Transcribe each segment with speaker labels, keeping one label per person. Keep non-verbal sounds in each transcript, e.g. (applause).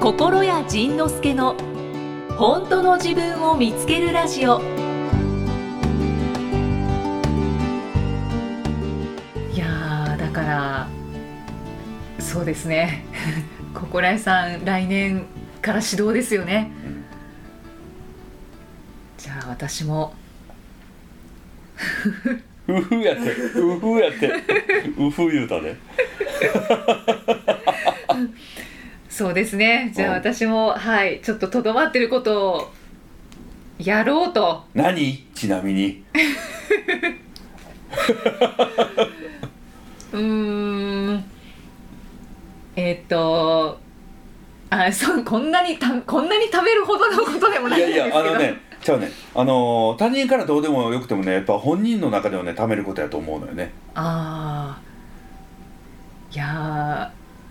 Speaker 1: 心谷仁之助の本当の自分を見つけるラジオ
Speaker 2: いやーだからそうですね (laughs) 心得さん来年から指導ですよね、じゃあ私も
Speaker 3: うふやってうふやってうふ言うたね
Speaker 2: そうですねじゃあ
Speaker 3: うん
Speaker 2: 私も、はいちょっととどまってることをやろうと
Speaker 3: 何ちなみに
Speaker 2: うーんえっとあそうこんなにたこんなに食べるほどのことでも
Speaker 3: い
Speaker 2: ないん
Speaker 3: や
Speaker 2: ですけ
Speaker 3: い
Speaker 2: ど
Speaker 3: やあのねちゃうねあのー他人からどうでもよくてもねやっぱ本人の中ではね貯めることやと思うのよね
Speaker 2: あーいや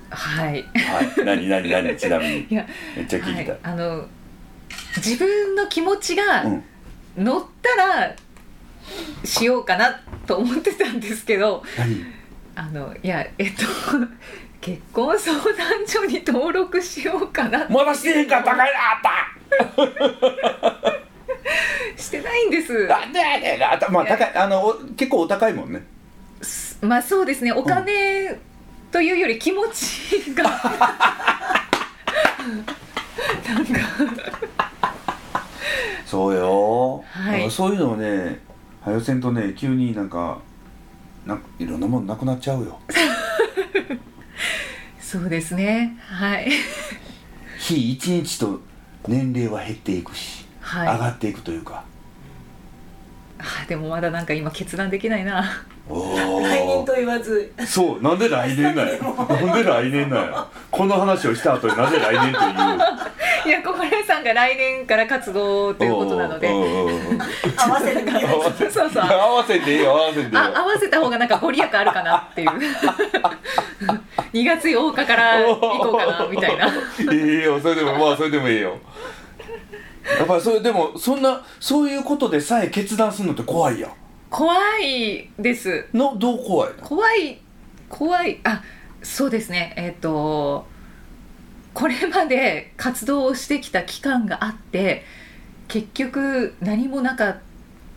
Speaker 2: ーはい
Speaker 3: はい何何何ちなみに
Speaker 2: いや
Speaker 3: めっちゃ聞きたい、
Speaker 2: はい、あの自分の気持ちが
Speaker 3: うん
Speaker 2: 乗ったらしようかなと思ってたんですけど
Speaker 3: 何
Speaker 2: あのいやえっと結婚相談所に登録しようかな
Speaker 3: まだしてへんかったかいなあった
Speaker 2: してないんです
Speaker 3: なんでやねんあったまあ高いあのお結構お高いもんね
Speaker 2: すまあそうですねお金というより気持ちが (laughs) なんか
Speaker 3: そうよ、
Speaker 2: はい
Speaker 3: あのそういうのをね早せんとね急になんかなんかいろんなもんなくなっちゃうよ
Speaker 2: そうですねはい (laughs)
Speaker 3: 日一日と年齢は減っていくし、
Speaker 2: はい
Speaker 3: 上がっていくとい
Speaker 2: (laughs)
Speaker 3: うか
Speaker 2: あでもまだなんか今決断できないな (laughs)
Speaker 3: お
Speaker 4: 来年
Speaker 3: お
Speaker 4: と言わず
Speaker 3: そうなんで来年
Speaker 2: (laughs)
Speaker 3: なんやなんで来年なんやこの話をした後になぜ来年という
Speaker 2: いや小林さんが来年から活動 (laughs) ということなので
Speaker 3: おうおうおうおう
Speaker 4: 合わせるみたいな
Speaker 3: 合わ
Speaker 2: (laughs)
Speaker 3: せ
Speaker 2: そうそう
Speaker 3: 合わせていいよ合わせていいよ
Speaker 2: あ合わせた方がなんかご利益あるかなっていう (laughs) 2月8日から行こうかなみたいな
Speaker 3: いいよそれでもまあそれでもいいよやっぱりそれでもそんなそういうことでさえ決断するのって怖いやん
Speaker 2: 怖いです
Speaker 3: のどう怖いの
Speaker 2: 怖い怖いあそうですねえっ、とこれまで活動をしてきた期間があって結局何もなかっ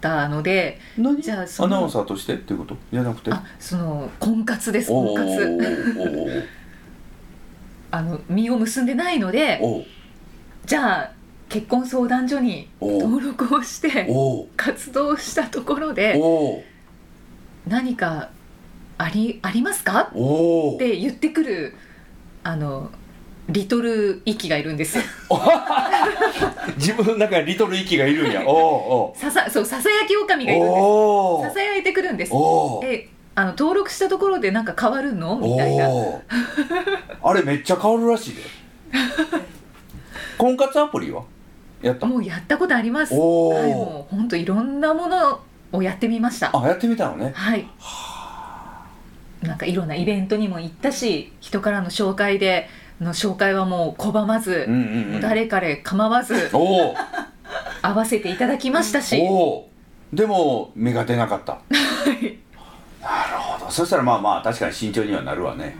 Speaker 2: たので
Speaker 3: 何
Speaker 2: じゃあそ
Speaker 3: ア
Speaker 2: の
Speaker 3: ナウンサーとしてっていうことじゃなくて
Speaker 2: あその婚活です
Speaker 3: お
Speaker 2: 婚
Speaker 3: ーお
Speaker 2: 活
Speaker 3: ーおー
Speaker 2: あの身を結んでないので
Speaker 3: おー
Speaker 2: じゃあ結婚相談所に
Speaker 3: おう
Speaker 2: 登録をして
Speaker 3: おー
Speaker 2: 活動したところで
Speaker 3: おー
Speaker 2: 何かありありますか
Speaker 3: おお
Speaker 2: っ
Speaker 3: ー
Speaker 2: て言ってくるあのリトル息がいるんです
Speaker 3: (laughs) 自分の中にリトル息がいるんやおー
Speaker 2: ささそうささやき狼がいるんです
Speaker 3: おー
Speaker 2: ささやいてくるんです
Speaker 3: おー
Speaker 2: であの登録したところでなんか変わるのみたいな
Speaker 3: おーあれめっちゃ変わるらしいで婚活アプリはやった
Speaker 2: もうやったことあります
Speaker 3: おー
Speaker 2: はいもう本当いろんなものをやってみました
Speaker 3: あやってみたのね
Speaker 2: はいなんかいろんなイベントにも行ったし人からの紹介での紹介はもう拒まず、
Speaker 3: うんうんうん
Speaker 2: 誰彼構わず
Speaker 3: おお
Speaker 2: 合わせていただきましたし、
Speaker 3: おおでも芽が出なかった
Speaker 2: (laughs)
Speaker 3: なるほどそしたらまあまあ確かに慎重にはなるわね、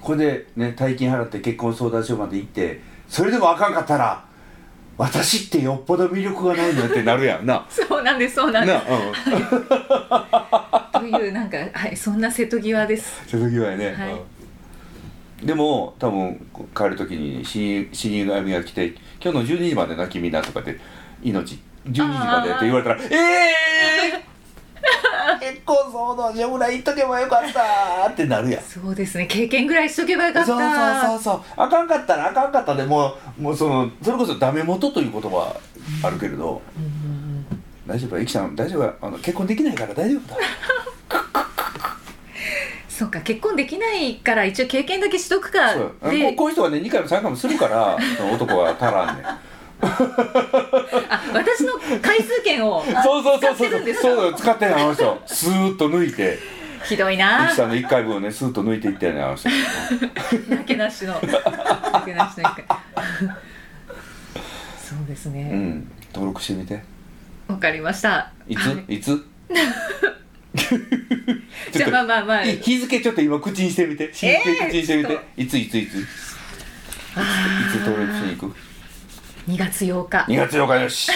Speaker 3: これでね大金払って結婚相談所まで行ってそれでもあかんかったら私ってよっぽど魅力がないのってなるやんな
Speaker 2: そうなんです (laughs) そうなんで
Speaker 3: な
Speaker 2: す
Speaker 3: うん
Speaker 2: というなんか、はい、そんな瀬戸際です
Speaker 3: 瀬戸際やね、
Speaker 2: はい
Speaker 3: うんでも多分帰る時に親親友のみが来て「今日の12時までな君な」とかって「命12時まで」って言われたら「ええー!」結構そうだじゃあぐらい言っとけばよかったってなるやん
Speaker 2: そうですね経験ぐらいしとけばよか
Speaker 3: そ
Speaker 2: っ
Speaker 3: うそう
Speaker 2: た
Speaker 3: そうそうあかんかったらあかんかったでもうもうそのそれこそダメ元という言葉あるけれど、大丈夫ゆきさん大丈夫やあの結婚できないから大丈夫だ
Speaker 2: そうか結婚できないから一応経験だけしとくか
Speaker 3: そうこ
Speaker 2: で
Speaker 3: こういう人はね2回も3回もするからその男は足らんねん
Speaker 2: あ私の回数券を (laughs)
Speaker 3: そうそうそ
Speaker 2: 使
Speaker 3: うそ
Speaker 2: ってるん
Speaker 3: う
Speaker 2: です
Speaker 3: そうだよ使ってんのあの人スーッと抜いて
Speaker 2: ひどい
Speaker 3: ゆ
Speaker 2: な
Speaker 3: きさんの一回分をねスーッと抜いていったよねあの人
Speaker 2: なけなしのなけなしの一回 (laughs) そうです
Speaker 3: う
Speaker 2: ね
Speaker 3: ん登録してみて
Speaker 2: わ、かりました
Speaker 3: い
Speaker 2: はい
Speaker 3: ついつ
Speaker 2: (laughs) じゃあまあまあまあ
Speaker 3: い日付ちょっと今口にしてみて日付口にしてみ
Speaker 2: ち
Speaker 3: て、
Speaker 2: ょっ
Speaker 3: いついついついついつ登録しに行く
Speaker 2: 2月8日
Speaker 3: 2月8日よし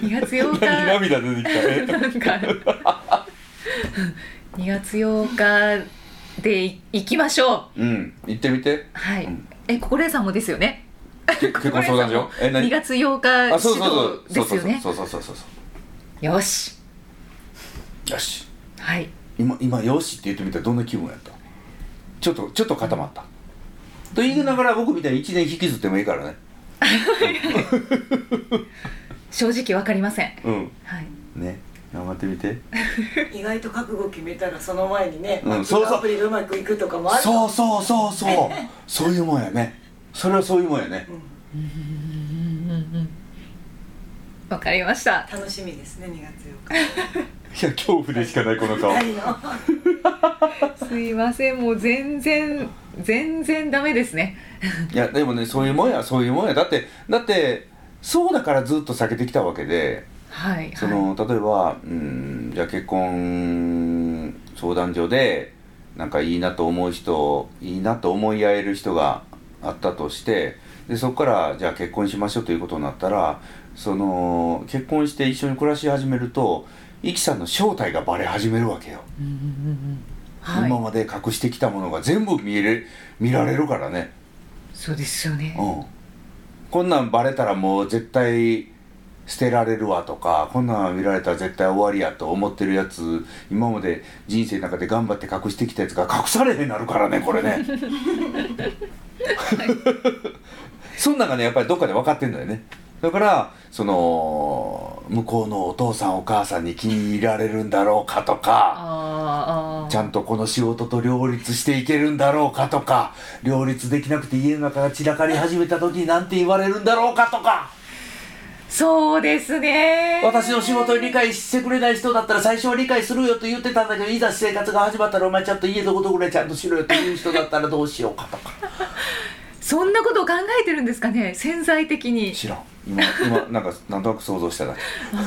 Speaker 2: 2月8
Speaker 3: 何
Speaker 2: 日
Speaker 3: (laughs) 涙出てきたえっと
Speaker 2: なんか2月8日でい行きましょ
Speaker 3: うん行ってみて
Speaker 2: うはい、
Speaker 3: うん
Speaker 2: えココレイさんもですよね
Speaker 3: け結婚相談所え
Speaker 2: 2月8日
Speaker 3: あそう
Speaker 2: 指
Speaker 3: そう
Speaker 2: 導
Speaker 3: そう
Speaker 2: ですよね
Speaker 3: そうそうそうそうそうそ
Speaker 2: よし
Speaker 3: うよし
Speaker 2: はい
Speaker 3: 今今「よし」って言ってみたらどんな気分やったちょっとちょっと固まった、と言いながら僕みたいに1年引きずってもいいからね
Speaker 2: 正直わかりません
Speaker 3: うん
Speaker 2: はい
Speaker 3: ね頑張ってみて
Speaker 4: 意外と覚悟決めたらその前にね、
Speaker 3: うん
Speaker 4: マッチングアプリがうまくいくとかもある
Speaker 3: そう
Speaker 4: う
Speaker 3: そうそうそうそういうもんやねそれはそういうもんやね
Speaker 4: ん
Speaker 2: わかりました
Speaker 4: 楽しみですね2月
Speaker 3: いや恐怖でしかないこの顔
Speaker 4: 8日何の
Speaker 2: すいませんもう全然全然ダメですね
Speaker 3: いやでもねそういうもんやそういうもんやだってだってそうだからずっと避けてきたわけで
Speaker 2: はい
Speaker 3: そ
Speaker 2: は
Speaker 3: の例えばうんじゃあ結婚相談所でなんかいいなと思う人いいなと思い合える人があったとしてでそこからじゃあ結婚しましょうということになったらその結婚して一緒に暮らし始めるとイキさんの正体がバレ始めるわけよ、
Speaker 2: い、うんうんうんうん
Speaker 3: 今
Speaker 2: はい、
Speaker 3: まで隠してきたものが全部見えれ見られるからね、
Speaker 2: そうですよね
Speaker 3: うん、こんなんバレたらもう絶対捨てられるわとかこんなん見られたら絶対終わりやと思ってるやつ今まで人生の中で頑張って隠してきたやつが隠されへんなるからねこれね (laughs) そんなんがねやっぱりどっかで分かってんだよねだからその向こうのお父さんお母さんに気に入られるんだろうかとか
Speaker 2: あーあー
Speaker 3: ちゃんとこの仕事と両立していけるんだろうかとか両立できなくて家の中が散らかり始めた時になんて言われるんだろうかとか
Speaker 2: そうですね
Speaker 3: 私の仕事を理解してくれない人だったら最初は理解するよと言ってたんだけどいざ生活が始まったらお前ちゃんと家のことぐらいちゃんとしろよという人だったらどうしようかとか
Speaker 2: そんなことを考えてるんですかね潜在的に
Speaker 3: 知らん今今なんかなんとなく想像しただけ (laughs)
Speaker 2: あ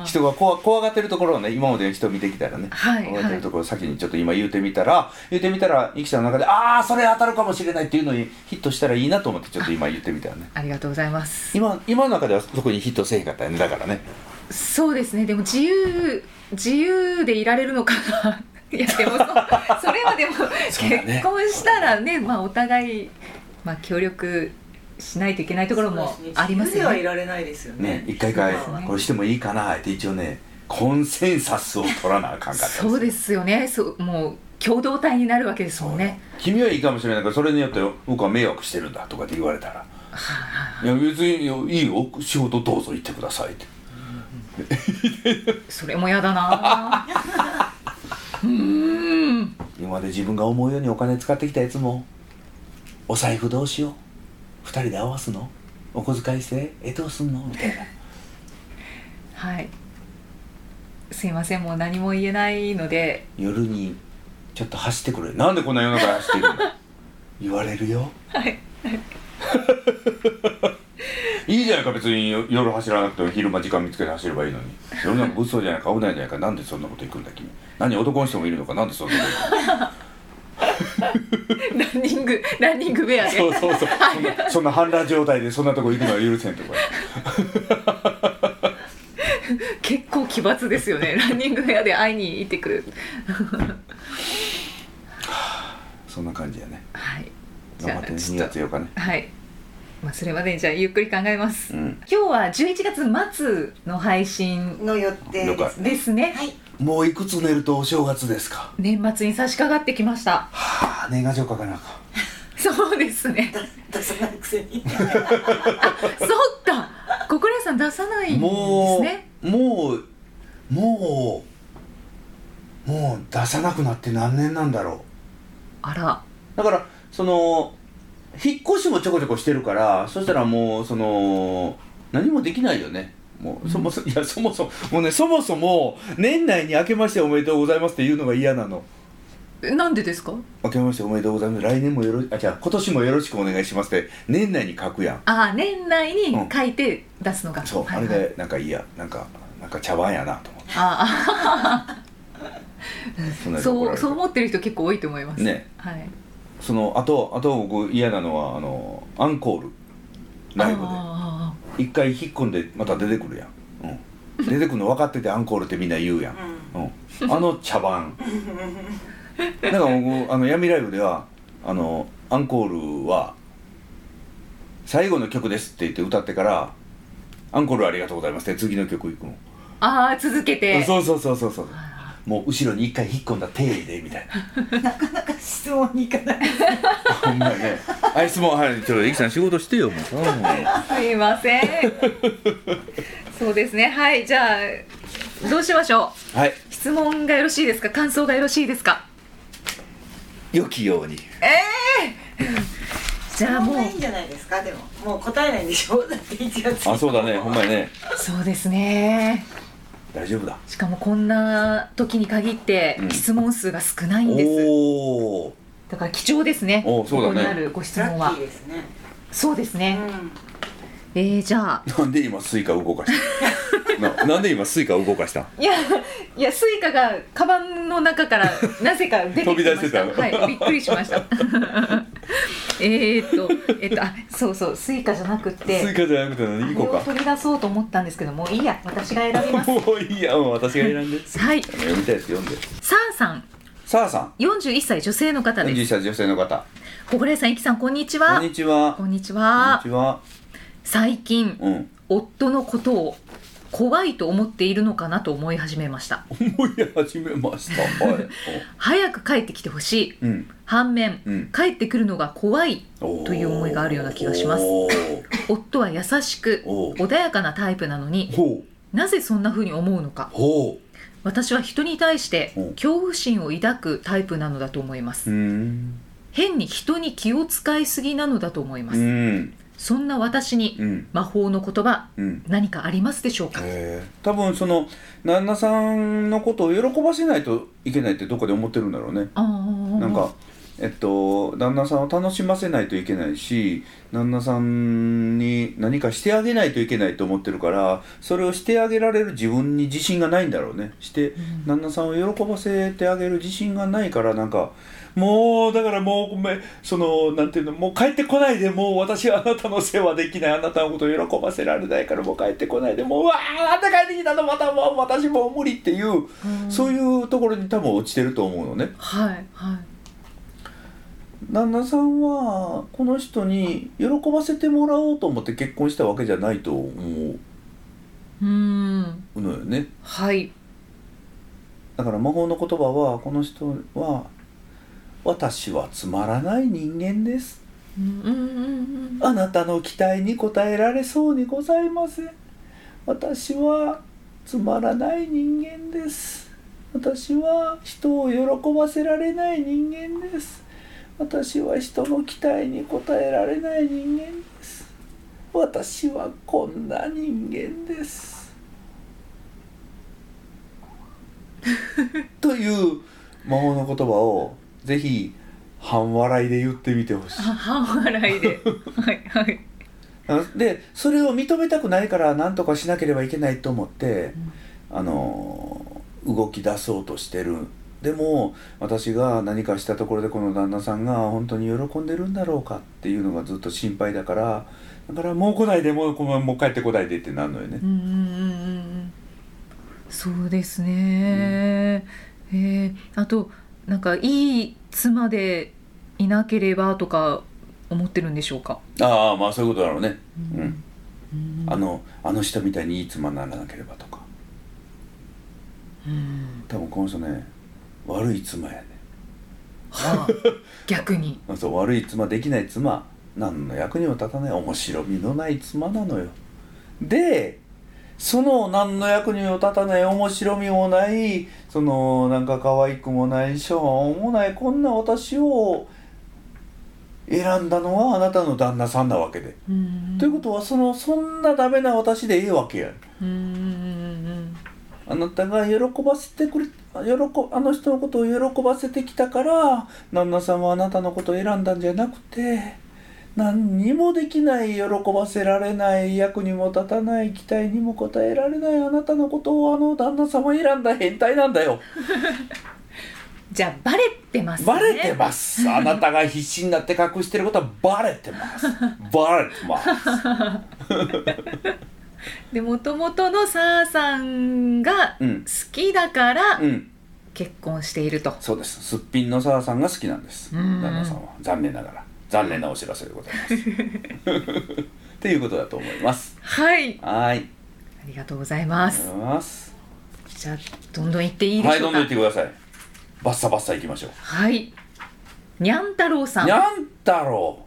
Speaker 2: ー
Speaker 3: 人が怖怖がってるところをね今まで人見てきたらね、
Speaker 2: はい
Speaker 3: 怖がってるところを先にちょっと今言うてみたら言うてみたらゆきさんの中でああそれ当たるかもしれないっていうのにヒットしたらいいなと思ってちょっと今言ってみたらね
Speaker 2: ありがとうございます
Speaker 3: 今今の中では特にヒットせえへんかったよねだからね
Speaker 2: そうですねでも自由自由でいられるのかないやでもそそれはでも
Speaker 3: そうだね
Speaker 2: 結婚したらねまあお互い、まあ、協力しないといけないところもあります
Speaker 4: よ
Speaker 2: よ
Speaker 4: はい
Speaker 2: ね
Speaker 4: られないですよ
Speaker 3: ね
Speaker 4: ね
Speaker 3: 一回一回
Speaker 4: そう
Speaker 2: ね
Speaker 3: これしてもいいかなって一応ねコンセンサスを取らなあかんかった
Speaker 2: そうですよねそうもう共同体になるわけですもんね
Speaker 3: 君はいいかもしれないからそれによって僕は迷惑してるんだとかって言われたら「いや別にいいよ仕事どうぞ行ってください」って
Speaker 2: それもやだなうーん
Speaker 3: 今まで自分が思うようにお金使ってきたやつもお財布どうしよう二人で合わすのお小遣い制えどうすんのみたいな
Speaker 2: はいすいませんもう何も言えないので
Speaker 3: 夜にちょっと走ってくれなんでこんな夜中走って (laughs) るの言われるよ
Speaker 2: はい
Speaker 3: (laughs) いいじゃないか別によ夜走らなくても昼間時間見つけて走ればいいのに夜なんか物騒じゃないか危ないじゃないかなんでそんなこと行くんだ君何男の人もいるのかなんでそんなこと行くの
Speaker 2: ランニングランニングウェアで
Speaker 3: (laughs) そうそうそうそんなそんな半裸状態でそんなとこ行くのは許せんとか
Speaker 2: 結構奇抜ですよねラ (laughs) ンニングウェアで会いに行ってくる
Speaker 3: そんな感じやね
Speaker 2: はいじ
Speaker 3: 頑張
Speaker 2: ゃ
Speaker 3: って
Speaker 2: あ
Speaker 3: ね
Speaker 2: ちょ
Speaker 3: 2
Speaker 2: っ
Speaker 3: 月
Speaker 2: と
Speaker 3: 8日ね
Speaker 2: はい、まあ、それまでにじゃあゆっくり考えます、
Speaker 3: うん
Speaker 2: 今日は11月末の配信
Speaker 4: の予定ですね
Speaker 2: ですね、
Speaker 4: はい
Speaker 3: もういくつ寝るとお正月ですか
Speaker 2: 年末に差し掛かってきました
Speaker 3: はあ年賀状書かなあかん
Speaker 2: そうですね
Speaker 3: (laughs)
Speaker 4: 出さないくせに
Speaker 2: そっか心屋さん出さないんです
Speaker 3: も
Speaker 2: ね
Speaker 3: うもうもうもう出さなくなって何年なんだろ
Speaker 2: あら
Speaker 3: うだからその引っ越しもちょこちょこしてるからそしたらもうその何もできないよねもうそもそいやそもそももうねそもそも年内に「明けましておめでとうございます」って言うのが嫌なの
Speaker 2: えなんでですか
Speaker 3: 「明けましておめでとうございます来年もよろあじゃあ今年もよろしくお願いします」って年内に書くやん
Speaker 2: ああ年内に書いて出すのが、
Speaker 3: そう、
Speaker 2: はいはい
Speaker 3: あれでなんかいいやなんかか茶番やなと思って
Speaker 2: ああそ
Speaker 3: そんなに怒られ
Speaker 2: う
Speaker 3: る
Speaker 2: そう思ってる人結構多いと思います
Speaker 3: ね
Speaker 2: はい
Speaker 3: そのあとあと僕嫌なのはあのアンコールライブ
Speaker 2: あ
Speaker 3: で一回引っ込んでまた出てくるやん、うん、出てくるの分かっててアンコールってみんな言うやん、うん、あの茶番だから僕あの闇ライブではあのアンコールは「最後の曲です」って言って歌ってから「アンコールありがとうございます」って次の曲行くの、
Speaker 2: あああ続けて
Speaker 3: そうそうそうそうそう
Speaker 2: あ
Speaker 3: もう後ろに一回引っ込んだ定位でみたいな
Speaker 4: なんか質問に行かない。
Speaker 3: ほんまやねあ質問はいちょっときさん仕事してよもう
Speaker 2: すいま
Speaker 3: (laughs)
Speaker 2: せんそうですねはいじゃあどうしましょ
Speaker 3: はいう
Speaker 2: 質問がよろしいですか感想がよろしいですか
Speaker 3: 良きように
Speaker 2: じゃあもう
Speaker 4: いいんじゃないですか。でももう答えないんでしょ。だって一月。
Speaker 3: あそうだねほんまやね
Speaker 2: そうですね
Speaker 3: 大丈夫だ
Speaker 2: しかもこんな時に限って
Speaker 3: うん
Speaker 2: 質問数が少ないんです、
Speaker 3: おお
Speaker 2: だから貴重ですね
Speaker 3: おそうだ
Speaker 2: ここ
Speaker 3: ね
Speaker 2: にあるご質
Speaker 4: ラ
Speaker 2: 問
Speaker 4: ッ
Speaker 2: は
Speaker 4: キーですね。
Speaker 2: そうです
Speaker 4: う
Speaker 2: ね、
Speaker 4: ん。
Speaker 2: えー、じゃあ
Speaker 3: なんで今スイカ動かした
Speaker 2: (laughs)
Speaker 3: ななんで今スイカ動かした
Speaker 2: いやいやスイカがカバンの中からなぜか出てきました
Speaker 3: 飛び出してたの
Speaker 2: はいびっくりしました (laughs) えーっとえっとあそうそうスイカじゃなくて
Speaker 3: スイカじゃなくて何行こ
Speaker 2: あれを取り出そうと思ったんですけどもういいや私が選び
Speaker 3: う
Speaker 2: ま
Speaker 3: か
Speaker 2: す
Speaker 3: もういいやもう私が選んで
Speaker 2: はい
Speaker 3: 読みたいです読んで
Speaker 2: サーさん
Speaker 3: さあさん
Speaker 2: 41歳女性の方で
Speaker 3: 40
Speaker 2: す
Speaker 3: 歳女性の方
Speaker 2: 小暮さんいきさんこんにち
Speaker 3: こ
Speaker 2: は
Speaker 3: んにちは
Speaker 2: こ
Speaker 3: こ
Speaker 2: んにち
Speaker 3: んに
Speaker 2: は
Speaker 3: ちは
Speaker 2: 最近
Speaker 3: うん
Speaker 2: 夫のことを怖いと思っているのかなと思い始めました
Speaker 3: 思い始めまし
Speaker 2: (laughs)
Speaker 3: たはい
Speaker 2: 早く帰ってきてほしい
Speaker 3: うん
Speaker 2: 反面、
Speaker 3: うん
Speaker 2: 帰ってくるのが怖い
Speaker 3: おー
Speaker 2: という思いがあるような気がします
Speaker 3: おー
Speaker 2: 夫は優しく
Speaker 3: おー
Speaker 2: 穏やかなタイプなのに
Speaker 3: ほう
Speaker 2: なぜそんな風に思うのか
Speaker 3: ほ
Speaker 2: 私は人に対して
Speaker 3: うん
Speaker 2: 恐怖心を抱くタイプなのだと思いま
Speaker 3: うう
Speaker 2: す
Speaker 3: ん
Speaker 2: 変に人に気を使いすぎなのだと思いま
Speaker 3: う
Speaker 2: す、
Speaker 3: ん
Speaker 2: そんな私に
Speaker 3: うん
Speaker 2: 魔法の言葉
Speaker 3: うん
Speaker 2: 何かありますでしょうか、
Speaker 3: へえ多分その旦那さんのことを喜ばせないといけないってどこで思ってるんだろうね
Speaker 2: あー
Speaker 3: なんかえっと旦那さんを楽しませないといけないし旦那さんに何かしてあげないといけないと思ってるからそれをしてあげられる自分に自信がないんだろうねして
Speaker 2: ん
Speaker 3: 旦那さんを喜ばせてあげる自信がないからなんかもうだからもうごめんそのなんていうのもう帰ってこないでもう私はあなたの世話できないあなたのことを喜ばせられないからもう帰ってこないでもううわああなた帰ってきたのまたもう私もう無理ってい
Speaker 2: う
Speaker 3: う
Speaker 2: ん
Speaker 3: そういうところに多分落ちてると思うのね。
Speaker 2: はいはい
Speaker 3: 旦那さんはこの人に喜ばせてもらおうと思って結婚したわけじゃないと思
Speaker 2: うーん
Speaker 3: うのよね
Speaker 2: はい
Speaker 3: だから魔法の言葉はこの人は「私はつまらない人間です
Speaker 2: うんうん
Speaker 3: (laughs)
Speaker 2: うんうん
Speaker 3: あなたの期待に応えられそうにございません私はつまらない人間です私は人を喜ばせられない人間です私は人の期待に応えられない人間です私はこんな人間ですという魔法の言葉をぜひ半笑いで言ってみてほしい
Speaker 2: あ半笑いではいはい
Speaker 3: でそれを認めたくないから何とかしなければいけないと思って、あの動き出そうとしてるでも私が何かしたところでこの旦那さんが本当に喜んでるんだろうかっていうのがずっと心配だからだからもう来ないでもうこのもう帰ってこないでってなるのよね
Speaker 2: う、んうんうんうんそうですね、えーあとなんかいい妻でいなければとか思ってるんでしょうか、
Speaker 3: ああまあそういうことだろうね、
Speaker 2: う
Speaker 3: うん
Speaker 2: うん
Speaker 3: あのあの人みたいにいい妻にならなければとか
Speaker 2: うん
Speaker 3: 多分この人ね悪い妻やね
Speaker 2: はあ逆に
Speaker 3: まあそう悪い妻できない妻何の役にも立たない面白みのない妻なのよでその何の役にも立たない面白みもないそのなんか可愛くもないしょうもないこんな私を選んだのはあなたの旦那さんなわけで、ということはそのそんなダメな私でいいわけや
Speaker 2: うんうん
Speaker 3: あなたが喜ばせてくれ喜あの人のことを喜ばせてきたから旦那さんはあなたのことを選んだんじゃなくて何にもできない喜ばせられない役にも立たない期待にも応えられないあなたのことをあの旦那様選んだ変態なんだよ
Speaker 2: じゃあバレてますね
Speaker 3: バレてますあなたが必死になって隠してることはバレてますバレてます
Speaker 2: でもともとのサーさんが
Speaker 3: うん
Speaker 2: 好きだから
Speaker 3: うん
Speaker 2: 結婚していると、
Speaker 3: そうですすっぴんの沢さんが好きなんです
Speaker 2: うん
Speaker 3: 旦那さんは残念ながら残念なお知らせでございま
Speaker 2: (laughs)
Speaker 3: すっていうことだと思います
Speaker 2: はい
Speaker 3: はーい
Speaker 2: ありがとうござい
Speaker 3: あ
Speaker 2: ま
Speaker 3: りがと
Speaker 2: す
Speaker 3: うございます
Speaker 2: じゃあどんどん行っていいで
Speaker 3: はい
Speaker 2: しょ
Speaker 3: ど
Speaker 2: うんか
Speaker 3: どん言ってくださいバッサバッサいきましょう
Speaker 2: はいにゃん太郎さん
Speaker 3: にゃん太郎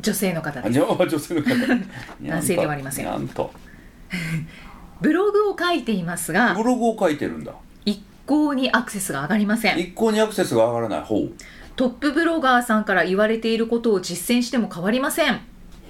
Speaker 2: 女性の方
Speaker 3: あ
Speaker 2: です
Speaker 3: にゃんは女性の方
Speaker 2: (laughs) 男性ではありません
Speaker 3: にゃんと
Speaker 2: ブログを書いていますが
Speaker 3: ブログを書いてるんだ
Speaker 2: 一向にアクセスが上がりません
Speaker 3: 一向にアクセスが上がらないほう
Speaker 2: トップブロガーさんから言われていることを実践しても変わりません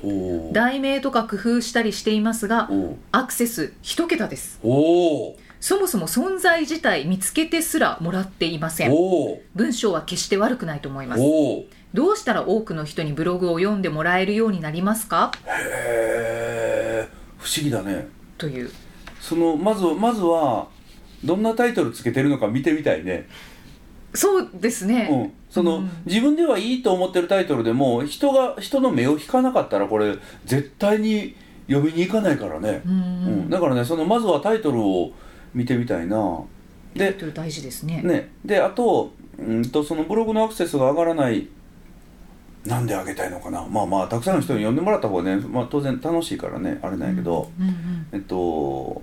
Speaker 3: ほう
Speaker 2: 題名とか工夫したりしていますが
Speaker 3: ほう
Speaker 2: アクセス一桁です
Speaker 3: ほ
Speaker 2: そもそも存在自体見つけてすらもらっていませ
Speaker 3: うんほう
Speaker 2: 文章は決して悪くないと思います
Speaker 3: ほう
Speaker 2: どうしたら多くの人にブログを読んでもらえるようになりますか
Speaker 3: へえ不思議だね
Speaker 2: という
Speaker 3: そのまずまずはどんなタイトルつけてるのか見てみたいね、
Speaker 2: そうですね、
Speaker 3: うん、その、
Speaker 2: うん
Speaker 3: 自分ではいいと思ってるタイトルでも人が人の目を引かなかったらこれ絶対に読みに行かないからね、
Speaker 2: うん
Speaker 3: うんだからねそのまずはタイトルを見てみたいなで
Speaker 2: という大事ですね
Speaker 3: ねであとうんとそのブログのアクセスが上がらないなんで上げたいのかなまあまあたくさんの人に読んでもらった方がね、まあ、当然楽しいからねあれなんやけど、
Speaker 2: うんうん
Speaker 3: えっと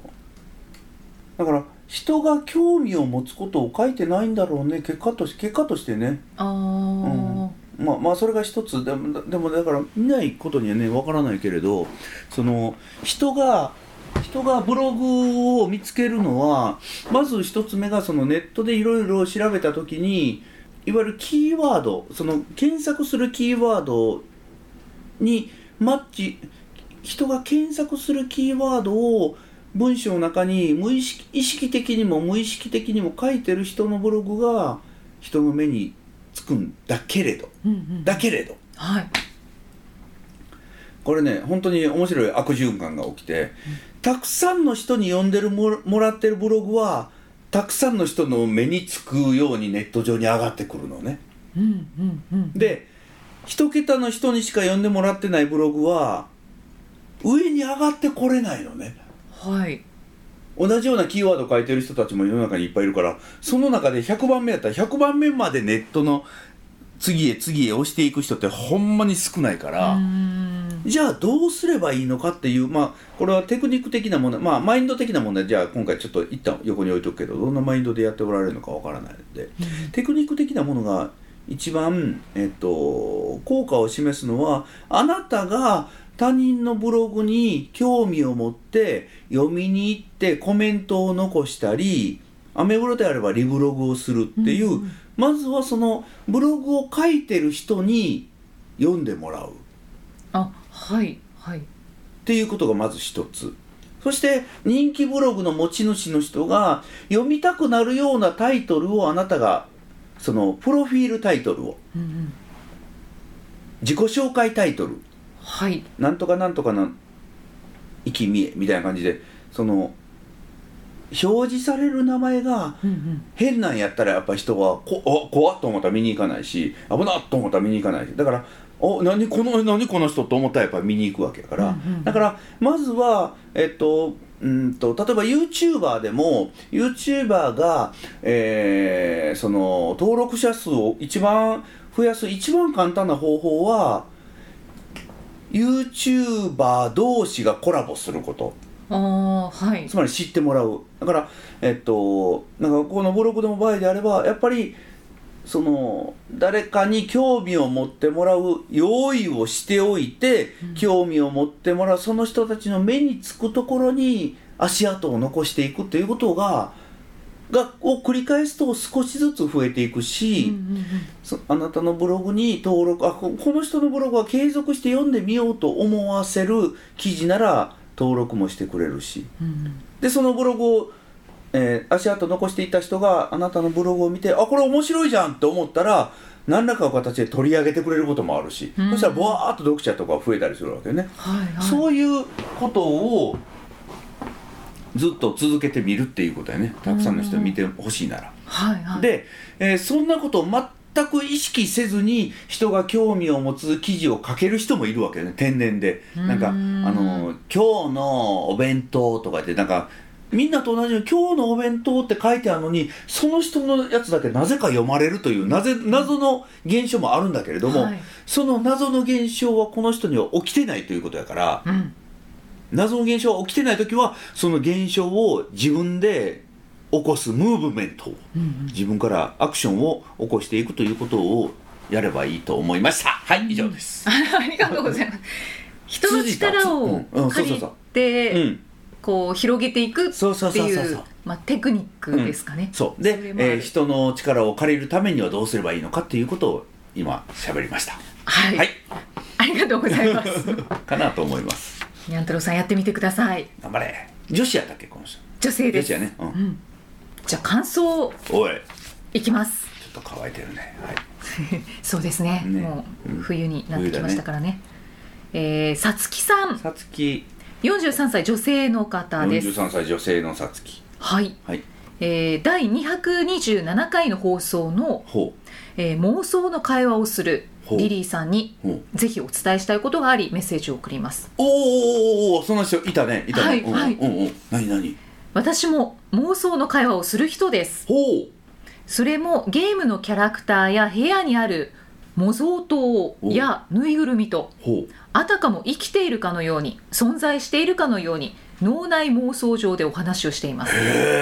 Speaker 3: だから人が興味を持つことを書いてないんだろうね結果とし結果としてね
Speaker 2: ああ、
Speaker 3: まあまあそれが一つでもでもだから見ないことにはねわからないけれどその人が人がブログを見つけるのはまず一つ目がそのネットでいろいろ調べた時にいわゆるキーワードその検索するキーワードにマッチ人が検索するキーワードを文章の中に無意識意識的にも無意識的にも書いてる人のブログが人の目につくんだけれど
Speaker 2: うんうん
Speaker 3: だけれど
Speaker 2: はい
Speaker 3: これね本当に面白い悪循環が起きて、たくさんの人に読んでるももらってるブログはたくさんの人の目につくようにネット上に上がってくるのね
Speaker 2: うんうんうん
Speaker 3: で一桁の人にしか読んでもらってないブログは上に上がってこれないのね
Speaker 2: はい
Speaker 3: 同じようなキーワード書いてる人たちも世の中にいっぱいいるからその中で100番目やったら100番目までネットの次へ次へ押していく人ってほんまに少ないから、
Speaker 2: うーん
Speaker 3: じゃあどうすればいいのかっていう、まあ、これはテクニック的なもの、まあ、マインド的なもので、じゃあ今回ちょっと一旦横に置いとくけど、どんなマインドでやっておられるのかわからないので、テクニック的なものが一番、えっと、効果を示すのは、あなたが他人のブログに興味を持って読みに行ってコメントを残したり、アメブロであればリブログをするっていう、
Speaker 2: うんうん
Speaker 3: まずはそのブログを書いてる人に読んでもらう。
Speaker 2: あはいはい
Speaker 3: っていうことがまず一つそして人気ブログの持ち主の人が読みたくなるようなタイトルをあなたがそのプロフィールタイトルを
Speaker 2: うんうん
Speaker 3: 自己紹介タイトル
Speaker 2: はい
Speaker 3: なんとかなんとかの生きみえみたいな感じでその表示される名前が
Speaker 2: うんうん
Speaker 3: 変なんやったらやっぱ人はこあ怖っと思ったら見に行かないし危なっと思ったら見に行かないしだからお何この何この人と思ったらやっぱ見に行くわけやから、
Speaker 2: うんうん
Speaker 3: だからまずはえっとうんと例えば YouTuber でも YouTuber が、えーその登録者数を一番増やす一番簡単な方法は YouTuber 同士がコラボすること
Speaker 2: ああーはい
Speaker 3: つまり知ってもらうだからえっとなんかこのブログの場合であればやっぱりその誰かに興味を持ってもらう用意をしておいて、興味を持ってもらうその人たちの目につくところに足跡を残していくということががを繰り返すと少しずつ増えていくし、
Speaker 2: うんうんうん
Speaker 3: そあなたのブログに登録あここの人のブログは継続して読んでみようと思わせる記事なら登録もしてくれるし。
Speaker 2: うんうん
Speaker 3: でそのブログを、えー足跡残していた人があなたのブログを見てあこれ面白いじゃんって思ったら何らかの形で取り上げてくれることもあるし、
Speaker 2: うん
Speaker 3: そしたらぼわーっと読者とか増えたりするわけよね、
Speaker 2: はいはい
Speaker 3: そういうことをずっと続けてみるっていうことやねたくさんの人に見てほしいなら。
Speaker 2: はいはい
Speaker 3: で、えーそんなことを全く意識せずに人が興味を持つ記事を書ける人もいるわけよね天然でなんか
Speaker 2: う
Speaker 3: あ
Speaker 2: ーん
Speaker 3: の「今日のお弁当」とかってなんかみんなと同じように「今日のお弁当」って書いてあるのにその人のやつだけなぜか読まれるというなぜ謎の現象もあるんだけれども、
Speaker 2: はい
Speaker 3: その謎の現象はこの人には起きてないということやから
Speaker 2: うん
Speaker 3: 謎の現象が起きてない時はその現象を自分で起こすムーブメントを。
Speaker 2: うんうん (laughs)
Speaker 3: 自分からアクションを起こしていくということをやればいいと思いましたはい以上です、
Speaker 2: ありがとうございます人の力を
Speaker 3: うんうんそう
Speaker 2: 借
Speaker 3: そう
Speaker 2: り
Speaker 3: そう
Speaker 2: て、
Speaker 3: うん、
Speaker 2: こう広げていくっ
Speaker 3: そうそう
Speaker 2: て
Speaker 3: そう
Speaker 2: い
Speaker 3: そう
Speaker 2: う
Speaker 3: そう
Speaker 2: まあ、テクニックですかね、
Speaker 3: そうで
Speaker 2: それもある
Speaker 3: えー人の力を借りるためにはどうすればいいのかっていうことを今喋りました
Speaker 2: はい、
Speaker 3: はい
Speaker 2: ありがとうございます
Speaker 3: かなと思います
Speaker 2: にゃん太郎さんやってみてください
Speaker 3: 頑張れ女子やったっけこの人
Speaker 2: 女性で
Speaker 3: 女
Speaker 2: す
Speaker 3: 子やね、うん
Speaker 2: うん、じゃあ感想
Speaker 3: おい
Speaker 2: いきます
Speaker 3: ちょっと乾いてるねはい
Speaker 2: そうですね
Speaker 3: ね
Speaker 2: もう
Speaker 3: うん
Speaker 2: 冬になってきましたからねえーさつきさん
Speaker 3: さつき
Speaker 2: 43歳女性の方です
Speaker 3: 43歳女性のさつき
Speaker 2: はい、
Speaker 3: はい
Speaker 2: えー第227回の放送の、
Speaker 3: ほ
Speaker 2: えー妄想の会話をする
Speaker 3: ほう
Speaker 2: リリーさんに
Speaker 3: うほう
Speaker 2: ぜひお伝えしたいことがありメッセージを送ります
Speaker 3: おーおーおーおーその人いたねいたね、
Speaker 2: はい
Speaker 3: うん
Speaker 2: はい
Speaker 3: うんうん何何
Speaker 2: 私も妄想の会話をする人です
Speaker 3: ほう
Speaker 2: それもゲームのキャラクターや部屋にある模造刀やぬいぐるみと
Speaker 3: ほう
Speaker 2: あたかも生きているかのように存在しているかのように脳内妄想上でお話をしています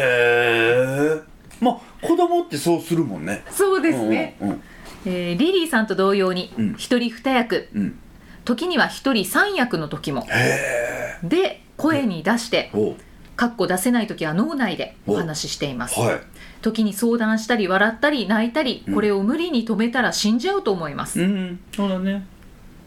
Speaker 3: へえまあ子供ってそうするもんね
Speaker 2: そうですね、
Speaker 3: うんうん
Speaker 2: えーリリーさんと同様に
Speaker 3: うん
Speaker 2: 一人二役
Speaker 3: うん、うん、
Speaker 2: 時には一人三役の時も
Speaker 3: へえ
Speaker 2: で声に出して
Speaker 3: おう
Speaker 2: かっこ出せない時は脳内でお話ししています
Speaker 3: は
Speaker 2: 時に相談したり笑ったり泣いたり
Speaker 3: うん
Speaker 2: これを無理に止めたら死んじゃうと思います
Speaker 3: いうんそうだね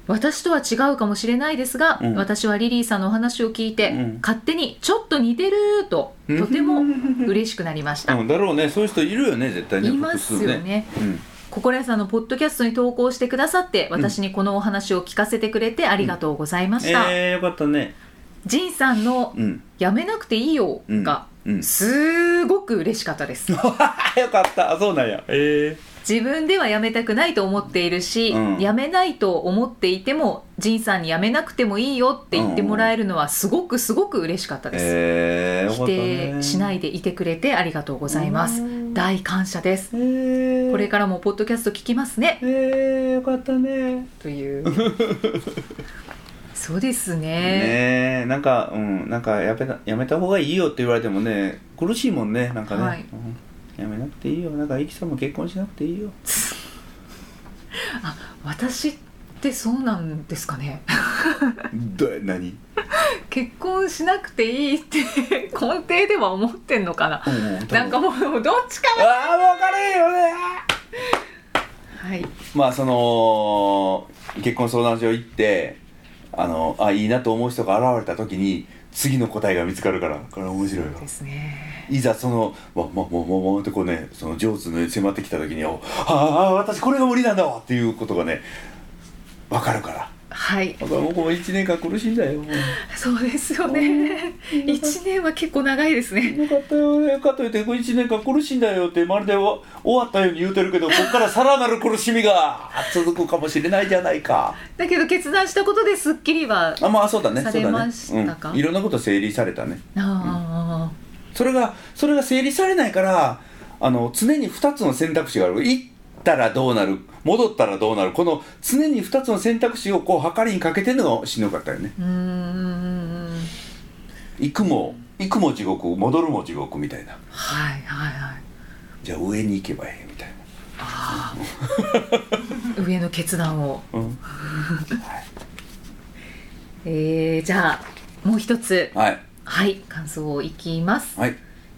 Speaker 2: 私とは違うかもしれないですが、
Speaker 3: うん
Speaker 2: 私はリリーさんのお話を聞いて、
Speaker 3: うん
Speaker 2: 勝手にちょっと似てると
Speaker 3: うん
Speaker 2: とて
Speaker 3: (laughs)
Speaker 2: も嬉しくなりました、
Speaker 3: うんだろうねそういう人いるよね絶対ね
Speaker 2: いますよね
Speaker 3: 複数ね
Speaker 2: 心屋さんのポッドキャストに投稿してくださって私にこのお話を聞かせてくれてありがとうございま
Speaker 3: うん、
Speaker 2: した、
Speaker 3: えー、よかったね
Speaker 2: ジンさんの
Speaker 3: うん
Speaker 2: 「やめなくていいよ」
Speaker 3: うん
Speaker 2: が
Speaker 3: うん (laughs) よ
Speaker 2: すごく嬉しかったです
Speaker 3: (laughs) かったそうなんやえ
Speaker 2: 自分ではやめたくないと思っているし、
Speaker 3: うん
Speaker 2: やめないと思っていてもジンさんにやめなくてもいいよって言ってもらえるのはすごくすごく嬉しかった
Speaker 3: ー、
Speaker 2: です、
Speaker 3: えー、よか
Speaker 2: 否
Speaker 3: った
Speaker 2: 定
Speaker 3: ね
Speaker 2: しないでいてくれてありがとうございます
Speaker 3: うん
Speaker 2: 大感謝です
Speaker 3: えー、
Speaker 2: これからもポッドキャスト聞きますね
Speaker 3: えー、よかったね
Speaker 2: というそうですね
Speaker 3: ねえなんかうんなんかやめたやめた方がいいよって言われてもね苦しいもんねなんかね、
Speaker 2: はい
Speaker 3: うんやめなくていいよなんかイキさんも結婚しなくていいよ
Speaker 2: (laughs) 私ってそうなんですかね (laughs)
Speaker 3: ど何
Speaker 2: 結婚しなくていいって (laughs) 根底では思ってんのかななんか
Speaker 3: あ
Speaker 2: もうどっちか
Speaker 3: あー分かれへんよね
Speaker 2: はい
Speaker 3: まあその結婚相談所行ってあのあいいなと思う人が現れた時に次の答えが見つかるからこれ面白いよ
Speaker 2: ですね
Speaker 3: いざそのわわわわわってこうねその上手の迫ってきた時におああ私これが無理なんだわっていうことがね分かるから
Speaker 2: はい
Speaker 3: 僕はもう1年間苦しいんだよ
Speaker 2: そうですよね1年は結構長いですね
Speaker 3: よかったよよかったよって1年間苦しいんだよってまるでわ終わったように言うてるけどこっからさらなる苦しみが続くかもしれないじゃないか
Speaker 2: だけど決断したことですっきりは
Speaker 3: あまあそうだね
Speaker 2: さ
Speaker 3: そう
Speaker 2: れ
Speaker 3: だね
Speaker 2: ましたか
Speaker 3: うん、いろんなこと整理されたね
Speaker 2: あ
Speaker 3: それがそれが整理されないからあの常に2つの選択肢がある行ったらどうなる戻ったらどうなるこの常に2つの選択肢をこうはかりにかけてるのがしんどかったよね
Speaker 2: あうーん
Speaker 3: 行くも行くも地獄戻るも地獄みたいな
Speaker 2: はいはいはい
Speaker 3: じゃあ上に行けばいいみたいな
Speaker 2: あー上の決断を、
Speaker 3: うん
Speaker 2: えー、じゃあもう一つ
Speaker 3: はい
Speaker 2: はい感想をいきます
Speaker 3: はい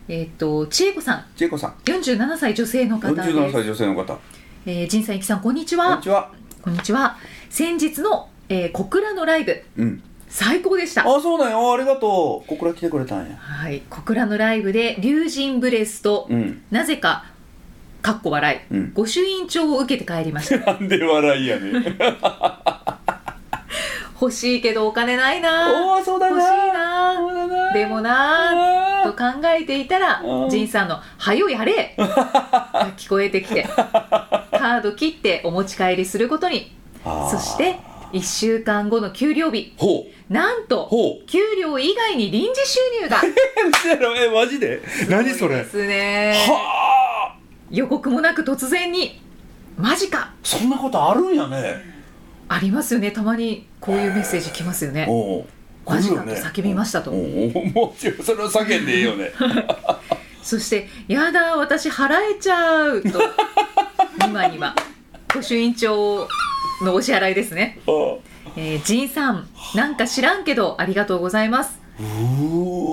Speaker 2: えっ、と千恵子さん
Speaker 3: 千恵子さん
Speaker 2: 47歳女性の方で
Speaker 3: 47歳
Speaker 2: す、
Speaker 3: 女性の方
Speaker 2: えー、仁さんゆきさんこんにち
Speaker 3: こん
Speaker 2: は
Speaker 3: にちは
Speaker 2: こんにちは先日の、えー、小倉のライブ
Speaker 3: うん
Speaker 2: 最高でした
Speaker 3: あそうなんやあありがとうここから来てくれたんや
Speaker 2: はい小倉のライブで龍神ブレスと、
Speaker 3: うん
Speaker 2: なぜかかっこ笑い、
Speaker 3: うん
Speaker 2: 御朱印帳を受けて帰りました
Speaker 3: (laughs) なんで笑いやねん
Speaker 2: 欲しいけどお金ないな
Speaker 3: おおそうだ
Speaker 2: 欲しい
Speaker 3: な
Speaker 2: な
Speaker 3: そうだな
Speaker 2: でもな
Speaker 3: あ
Speaker 2: と
Speaker 3: ー
Speaker 2: 考えていたら
Speaker 3: うん
Speaker 2: 仁さんの「はよや
Speaker 3: (laughs)
Speaker 2: れ! 」が聞こえてきてカード切ってお持ち帰りすることに
Speaker 3: あー
Speaker 2: そして1週間後の給料日
Speaker 3: ほう
Speaker 2: なんと
Speaker 3: ほう
Speaker 2: 給料以外に臨時収入が
Speaker 3: 嘘やろえマジで何それ
Speaker 2: ですね
Speaker 3: はあ
Speaker 2: 予告もなく突然にマジか
Speaker 3: そんなことあるんやね
Speaker 2: ありますよねたまにこういうメッセージ来ますよね
Speaker 3: おう
Speaker 2: マジかと叫びましたと
Speaker 3: おうおうもうそれを叫んでいいよね
Speaker 2: そして「やだ私払えちゃう」
Speaker 3: (laughs)
Speaker 2: と今には御朱印帳のお支払いですね
Speaker 3: おう
Speaker 2: えー、ジンさんなんか知らんけどありがとうございます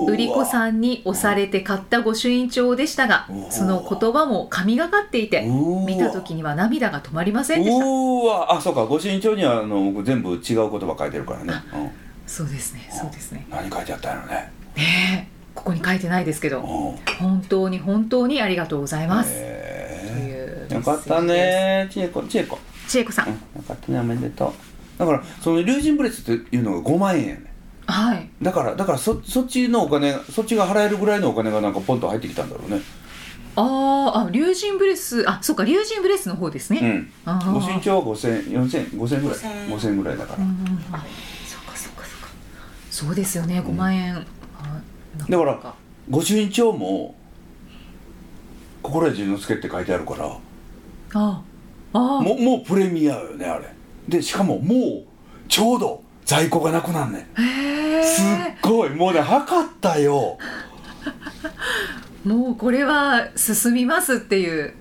Speaker 2: 売り子
Speaker 3: ん
Speaker 2: さんに押されて買った御朱印帳でしたが
Speaker 3: うわ
Speaker 2: その言葉も神がかっていて見た時には涙が止まりませんでした
Speaker 3: うわあそうかご身長にはあの僕全部違う言葉書いてるからね、う
Speaker 2: そうですねそうですね
Speaker 3: ん、何書いてあったんやろね
Speaker 2: ねえここに書いてないですけど
Speaker 3: うん
Speaker 2: 本当に本当にありがとうございますと
Speaker 3: へ
Speaker 2: いうメッセージです
Speaker 3: えよかったね千恵子千恵子
Speaker 2: 千恵子さ
Speaker 3: うん
Speaker 2: ん
Speaker 3: よかったねおめでとうだからその竜神ブレスっていうのが5万円やね
Speaker 2: はい
Speaker 3: だからだからそそっちのお金そっちが払えるぐらいのお金がなんかポンと入ってきたんだろうね
Speaker 2: あーあ竜神ブレスあそうか竜神ブレスの方ですね、
Speaker 3: うん
Speaker 2: あー
Speaker 3: ご身長は5000 4000 5000ぐらい
Speaker 4: 5000
Speaker 3: 5000円ぐらいだか
Speaker 2: う
Speaker 3: ら、
Speaker 2: んうんうんあそうかそうかそうかそうですよね5万円、あな
Speaker 3: だから
Speaker 2: んか
Speaker 3: ご身長も心得淳之介って書いてあるから
Speaker 2: ああ
Speaker 3: もうもうプレミアよねあれでしかももうちょうど在庫がなくなんねん
Speaker 2: あへ
Speaker 3: すっ
Speaker 2: え
Speaker 3: ごいもうね測ったよ
Speaker 2: もうこれは進みますっていう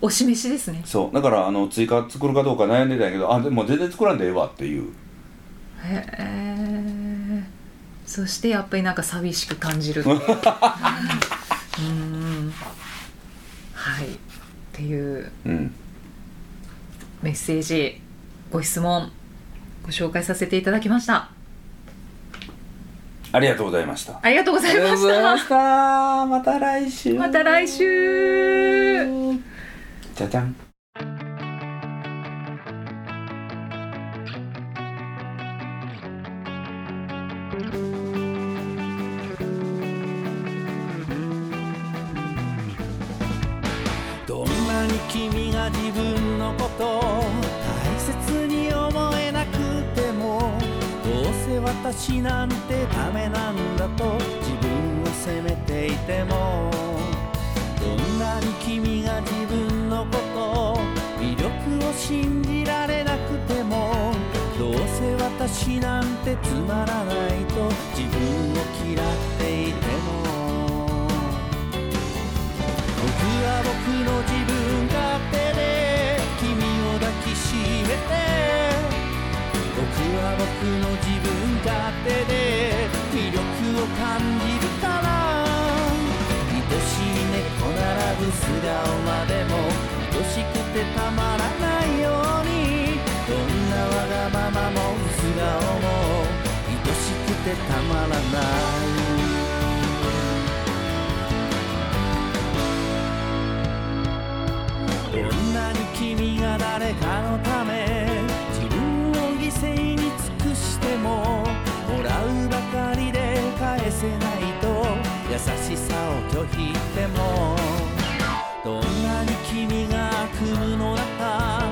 Speaker 2: お示しですね
Speaker 3: そうだからあの追加作るかどうか悩んでたんやけどあでも全然作らんでええわっていう
Speaker 2: へえそしてやっぱりなんか寂しく感じる (laughs) っていううんはいっていう
Speaker 3: うん
Speaker 2: メッセージご質問ご紹介させていただきました
Speaker 3: ありがとうございました
Speaker 2: ありがとうございました
Speaker 3: たまた来週
Speaker 2: また来週
Speaker 3: じゃじゃん
Speaker 5: どんなに君が自分のことを大切に思えなくてもどうせ私なんてダメなんだと自分を責めていてもどんなに君が自分のことを魅力を信じられなくてもどうせ私なんてつまらないと自分を嫌っていても僕は僕の自分勝手で君を抱きしめて僕は僕の自分勝手で魅力を感じるから愛しい猫並ぶ素顔までも愛しくてたまらないようにどんなわがままも素顔も愛しくてたまらないどんなに君が誰かのため自分を犠牲に尽くしてももらうばかりで返せないと優しさを拒否してもどんなに君が悪夢の中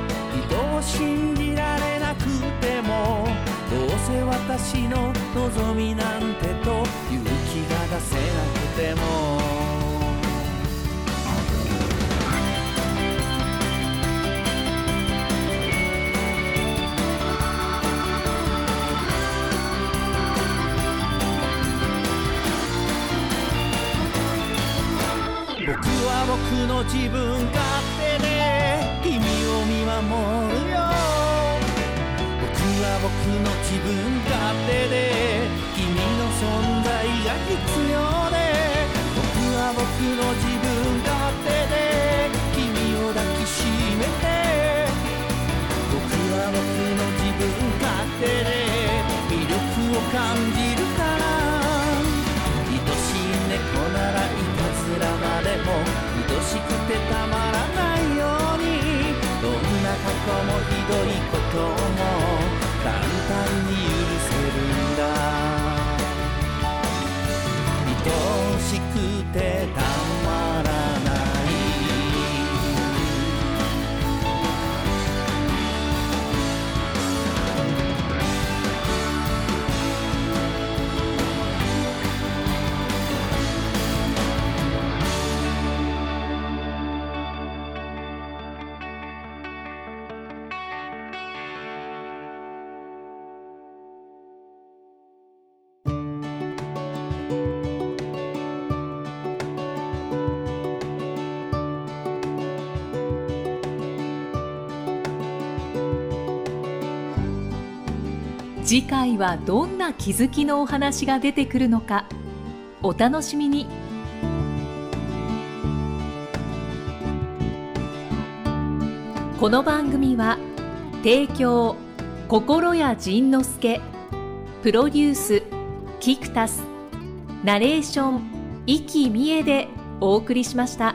Speaker 5: 人を信じられなくてもどうせ私の望みなんてと勇気が出せなくても僕は僕の自分勝手で君を見守るよ僕は僕の自分勝手で君の存在が必要で僕は僕の自分勝手で君を抱きしめて僕は僕の自分勝手で魅力を感じるから愛しい猫ならいたずらまでも愛しくてたまらない
Speaker 1: 次回はどんな気づきのお話が出てくるのかお楽しみにこの番組は提供心谷仁之助プロデュースキクタスナレーション生きみえでお送りしました。